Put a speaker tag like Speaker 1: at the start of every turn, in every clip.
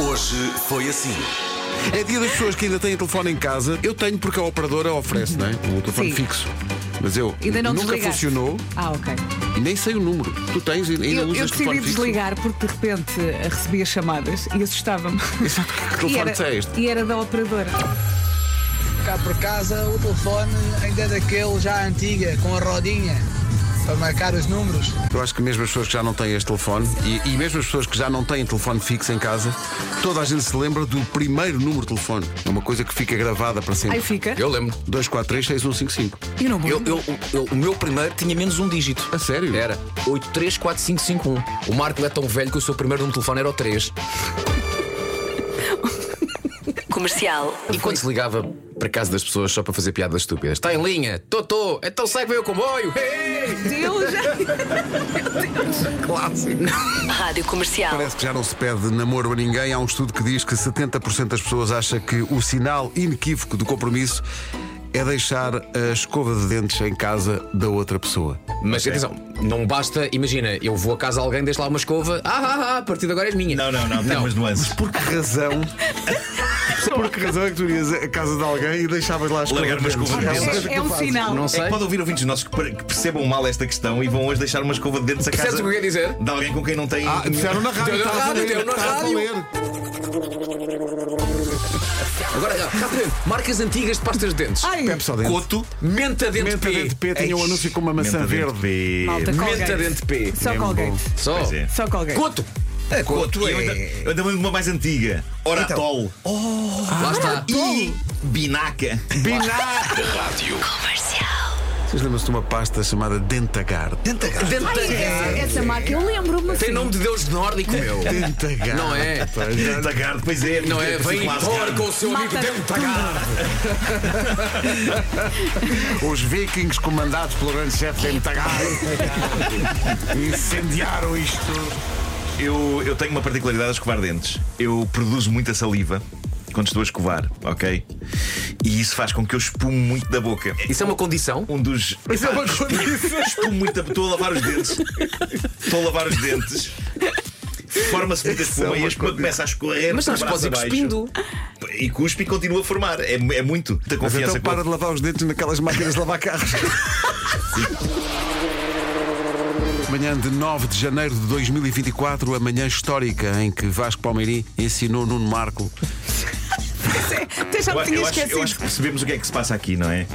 Speaker 1: Hoje foi assim.
Speaker 2: É dia das pessoas que ainda têm telefone em casa. Eu tenho porque a operadora oferece, não é? O telefone
Speaker 3: Uhum. Sim.
Speaker 2: fixo. Mas eu
Speaker 3: Ainda não
Speaker 2: nunca
Speaker 3: desligaste.
Speaker 2: funcionou
Speaker 3: Ah, ok.
Speaker 2: e nem sei o número. Tu tens e ainda
Speaker 3: Eu, eu
Speaker 2: usas telefone
Speaker 3: decidi
Speaker 2: fixo.
Speaker 3: desligar porque de repente eh, recebia chamadas e assustava-me.
Speaker 2: Que
Speaker 3: E
Speaker 2: telefone
Speaker 3: era,
Speaker 2: é este?
Speaker 3: e era da operadora.
Speaker 4: Cá por casa o telefone ainda é daquele já antiga, com a rodinha, para marcar os números.
Speaker 2: Eu acho que mesmo as pessoas que já não têm este telefone e, e mesmo as pessoas que já não têm telefone fixo em casa, toda a gente se lembra do primeiro número de telefone. É uma coisa que fica gravada para sempre.
Speaker 3: Aí fica.
Speaker 5: Eu lembro.
Speaker 2: 243-6155.
Speaker 3: E não vou.
Speaker 5: Eu, eu- eu- o meu primeiro tinha menos um dígito.
Speaker 2: A sério?
Speaker 5: Era 834551. O Marco é tão velho que o seu primeiro número de telefone era o 3.
Speaker 6: Comercial.
Speaker 5: E quando se ligava para casa das pessoas só para fazer piadas estúpidas? Está em linha? Tô, tô. Então sai que veio o comboio. Ei!
Speaker 3: Deus, já-
Speaker 6: Rádio Comercial.
Speaker 2: Parece que já não se pede namoro a ninguém. Há um estudo que diz que 70% das pessoas acha que o sinal inequívoco do compromisso é deixar a escova de dentes em casa da outra pessoa.
Speaker 5: Mas atenção, não basta, imagina, eu vou a casa de alguém, deixo lá uma escova, ah, ah, ah, a partir de agora és minha.
Speaker 7: Não, não, não, tem
Speaker 5: Não.
Speaker 7: umas nuances.
Speaker 2: Por que razão? Por que razão é que tu irias à casa de alguém e deixavas lá a escova
Speaker 7: Largar
Speaker 2: de
Speaker 7: uma
Speaker 2: dentes?
Speaker 7: escova de
Speaker 2: É uma
Speaker 7: dentes.
Speaker 2: coisa que
Speaker 3: é, é
Speaker 2: tu
Speaker 3: um
Speaker 2: fazes.
Speaker 3: sinal.
Speaker 5: Não sei.
Speaker 7: É que pode ouvir ouvintes nossos que per- que percebam mal esta questão e vão hoje deixar uma escova de dentes a
Speaker 5: Percebes
Speaker 7: casa
Speaker 5: o que eu ia dizer?
Speaker 7: de alguém com quem não tem.
Speaker 2: Ah, disseram na rádio.
Speaker 5: Deu na
Speaker 2: estava a
Speaker 5: rádio,
Speaker 2: ler,
Speaker 5: deu na
Speaker 2: estava a
Speaker 5: rádio.
Speaker 2: ler.
Speaker 5: Agora, rapidamente, marcas antigas de pastas de dentes.
Speaker 3: Ai,
Speaker 2: Pepe só dente.
Speaker 5: Coto, menta dente
Speaker 2: Menta
Speaker 5: P.
Speaker 2: dente P tinha
Speaker 5: Ei,
Speaker 2: um anúncio com uma maçã
Speaker 7: Menta
Speaker 2: verde.
Speaker 7: verde.
Speaker 3: malta,
Speaker 5: Menta
Speaker 3: Colgate.
Speaker 5: dente P.
Speaker 3: Só Colgate.
Speaker 5: Só.
Speaker 7: Pois é.
Speaker 3: Só Colgate.
Speaker 5: oh, Coto. é. Então.
Speaker 7: Coto, eu ainda- Eu ainda lembro de uma mais antiga. Oratol.
Speaker 5: Lá está.
Speaker 7: E binaca.
Speaker 2: Vocês lembram-se de uma pasta chamada Dentagar?
Speaker 3: Ai, essa, essa marca, eu lembro-me.
Speaker 5: Tem
Speaker 3: sim.
Speaker 5: nome de Deus nórdico, meu.
Speaker 2: Dentagar.
Speaker 5: Não é?
Speaker 2: Pá, já-
Speaker 7: Dentagar, depois é.
Speaker 5: Não é? Vem embora com o seu amigo
Speaker 3: Mata-
Speaker 5: Dentagar.
Speaker 2: Os vikings comandados pelo grande chefe Dentagar incendiaram isto.
Speaker 7: Eu, eu tenho uma particularidade a escovar dentes. Eu produzo muita saliva quando estou a escovar, ok? E isso faz com que eu espumo muito da boca.
Speaker 5: Isso é uma condição?
Speaker 7: Um dos.
Speaker 2: Isso é uma condição.
Speaker 7: Estou muito a... Estou a lavar os dentes. Estou a lavar os dentes. Forma-se muita
Speaker 2: é
Speaker 7: espuma e a espuma começa a escorrer.
Speaker 5: Mas sabes que
Speaker 7: para
Speaker 5: podes ir
Speaker 7: baixo.
Speaker 5: cuspindo.
Speaker 7: E cuspe e continua a formar. É, é muito. Muita
Speaker 2: Mas
Speaker 7: confiança
Speaker 2: então para de lavar os dentes naquelas máquinas de lavar carros. Manhã de 9 de janeiro de 2024, a manhã histórica em que Vasco Palmeirim ensinou Nuno Marco
Speaker 3: Tu já
Speaker 7: Eu,
Speaker 3: me tinha
Speaker 7: eu acho, eu acho
Speaker 3: esquecido.
Speaker 7: que percebemos o que é que se passa aqui, não é?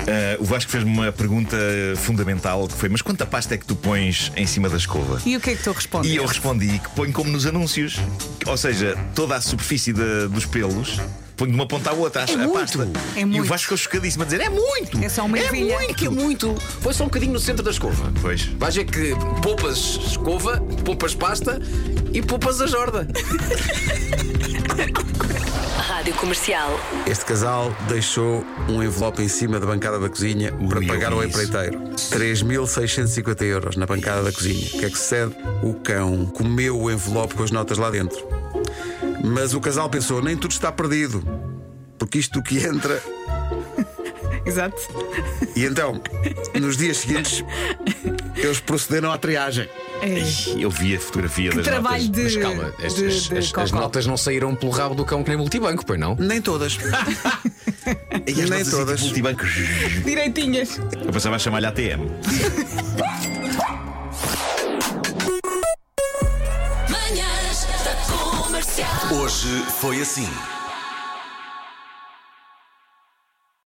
Speaker 7: Ah, o Vasco fez-me uma pergunta fundamental que foi: mas quanta pasta é que tu pões em cima da escova?
Speaker 3: E o que é que tu respondes?
Speaker 7: E eu respondi que ponho como nos anúncios. Ou seja, toda a superfície da- dos pelos ponho de uma ponta à outra, a, a
Speaker 5: muito.
Speaker 7: pasta.
Speaker 3: É
Speaker 7: e
Speaker 3: muito.
Speaker 7: o Vasco ficou chocadíssimo a dizer: é muito!
Speaker 3: É só uma
Speaker 7: É
Speaker 3: ervilha.
Speaker 7: muito.
Speaker 5: que é muito. Põe só um bocadinho no centro da escova.
Speaker 7: Pois.
Speaker 5: Vais ver que poupas escova, poupas pasta e poupas a jorda.
Speaker 6: Rádio Comercial.
Speaker 2: Este casal deixou um envelope em cima da bancada da cozinha para
Speaker 7: eu
Speaker 2: pagar
Speaker 7: vi
Speaker 2: ao
Speaker 7: isso.
Speaker 2: empreiteiro. 3.650 euros na bancada da cozinha. O que é que sucede? O cão comeu o envelope com as notas lá dentro. Mas o casal pensou: nem tudo está perdido, porque isto que entra.
Speaker 3: Exato.
Speaker 2: E então, nos dias seguintes, eles procederam à triagem.
Speaker 3: É.
Speaker 7: Eu vi a fotografia das
Speaker 3: Trabalho
Speaker 7: notas.
Speaker 3: de.
Speaker 5: Mas calma, as,
Speaker 3: de-
Speaker 5: as-
Speaker 3: de
Speaker 5: as- as
Speaker 3: cocó.
Speaker 5: notas não saíram pelo rabo do cão que nem multibanco, pois não?
Speaker 2: Nem todas.
Speaker 7: E as
Speaker 2: Nem
Speaker 7: notas assim,
Speaker 2: todas.
Speaker 7: tipo, multibanco.
Speaker 3: Direitinhas.
Speaker 7: Eu passava a chamar-lhe ATM.
Speaker 6: Manhãs da Comercial.
Speaker 1: Hoje foi assim.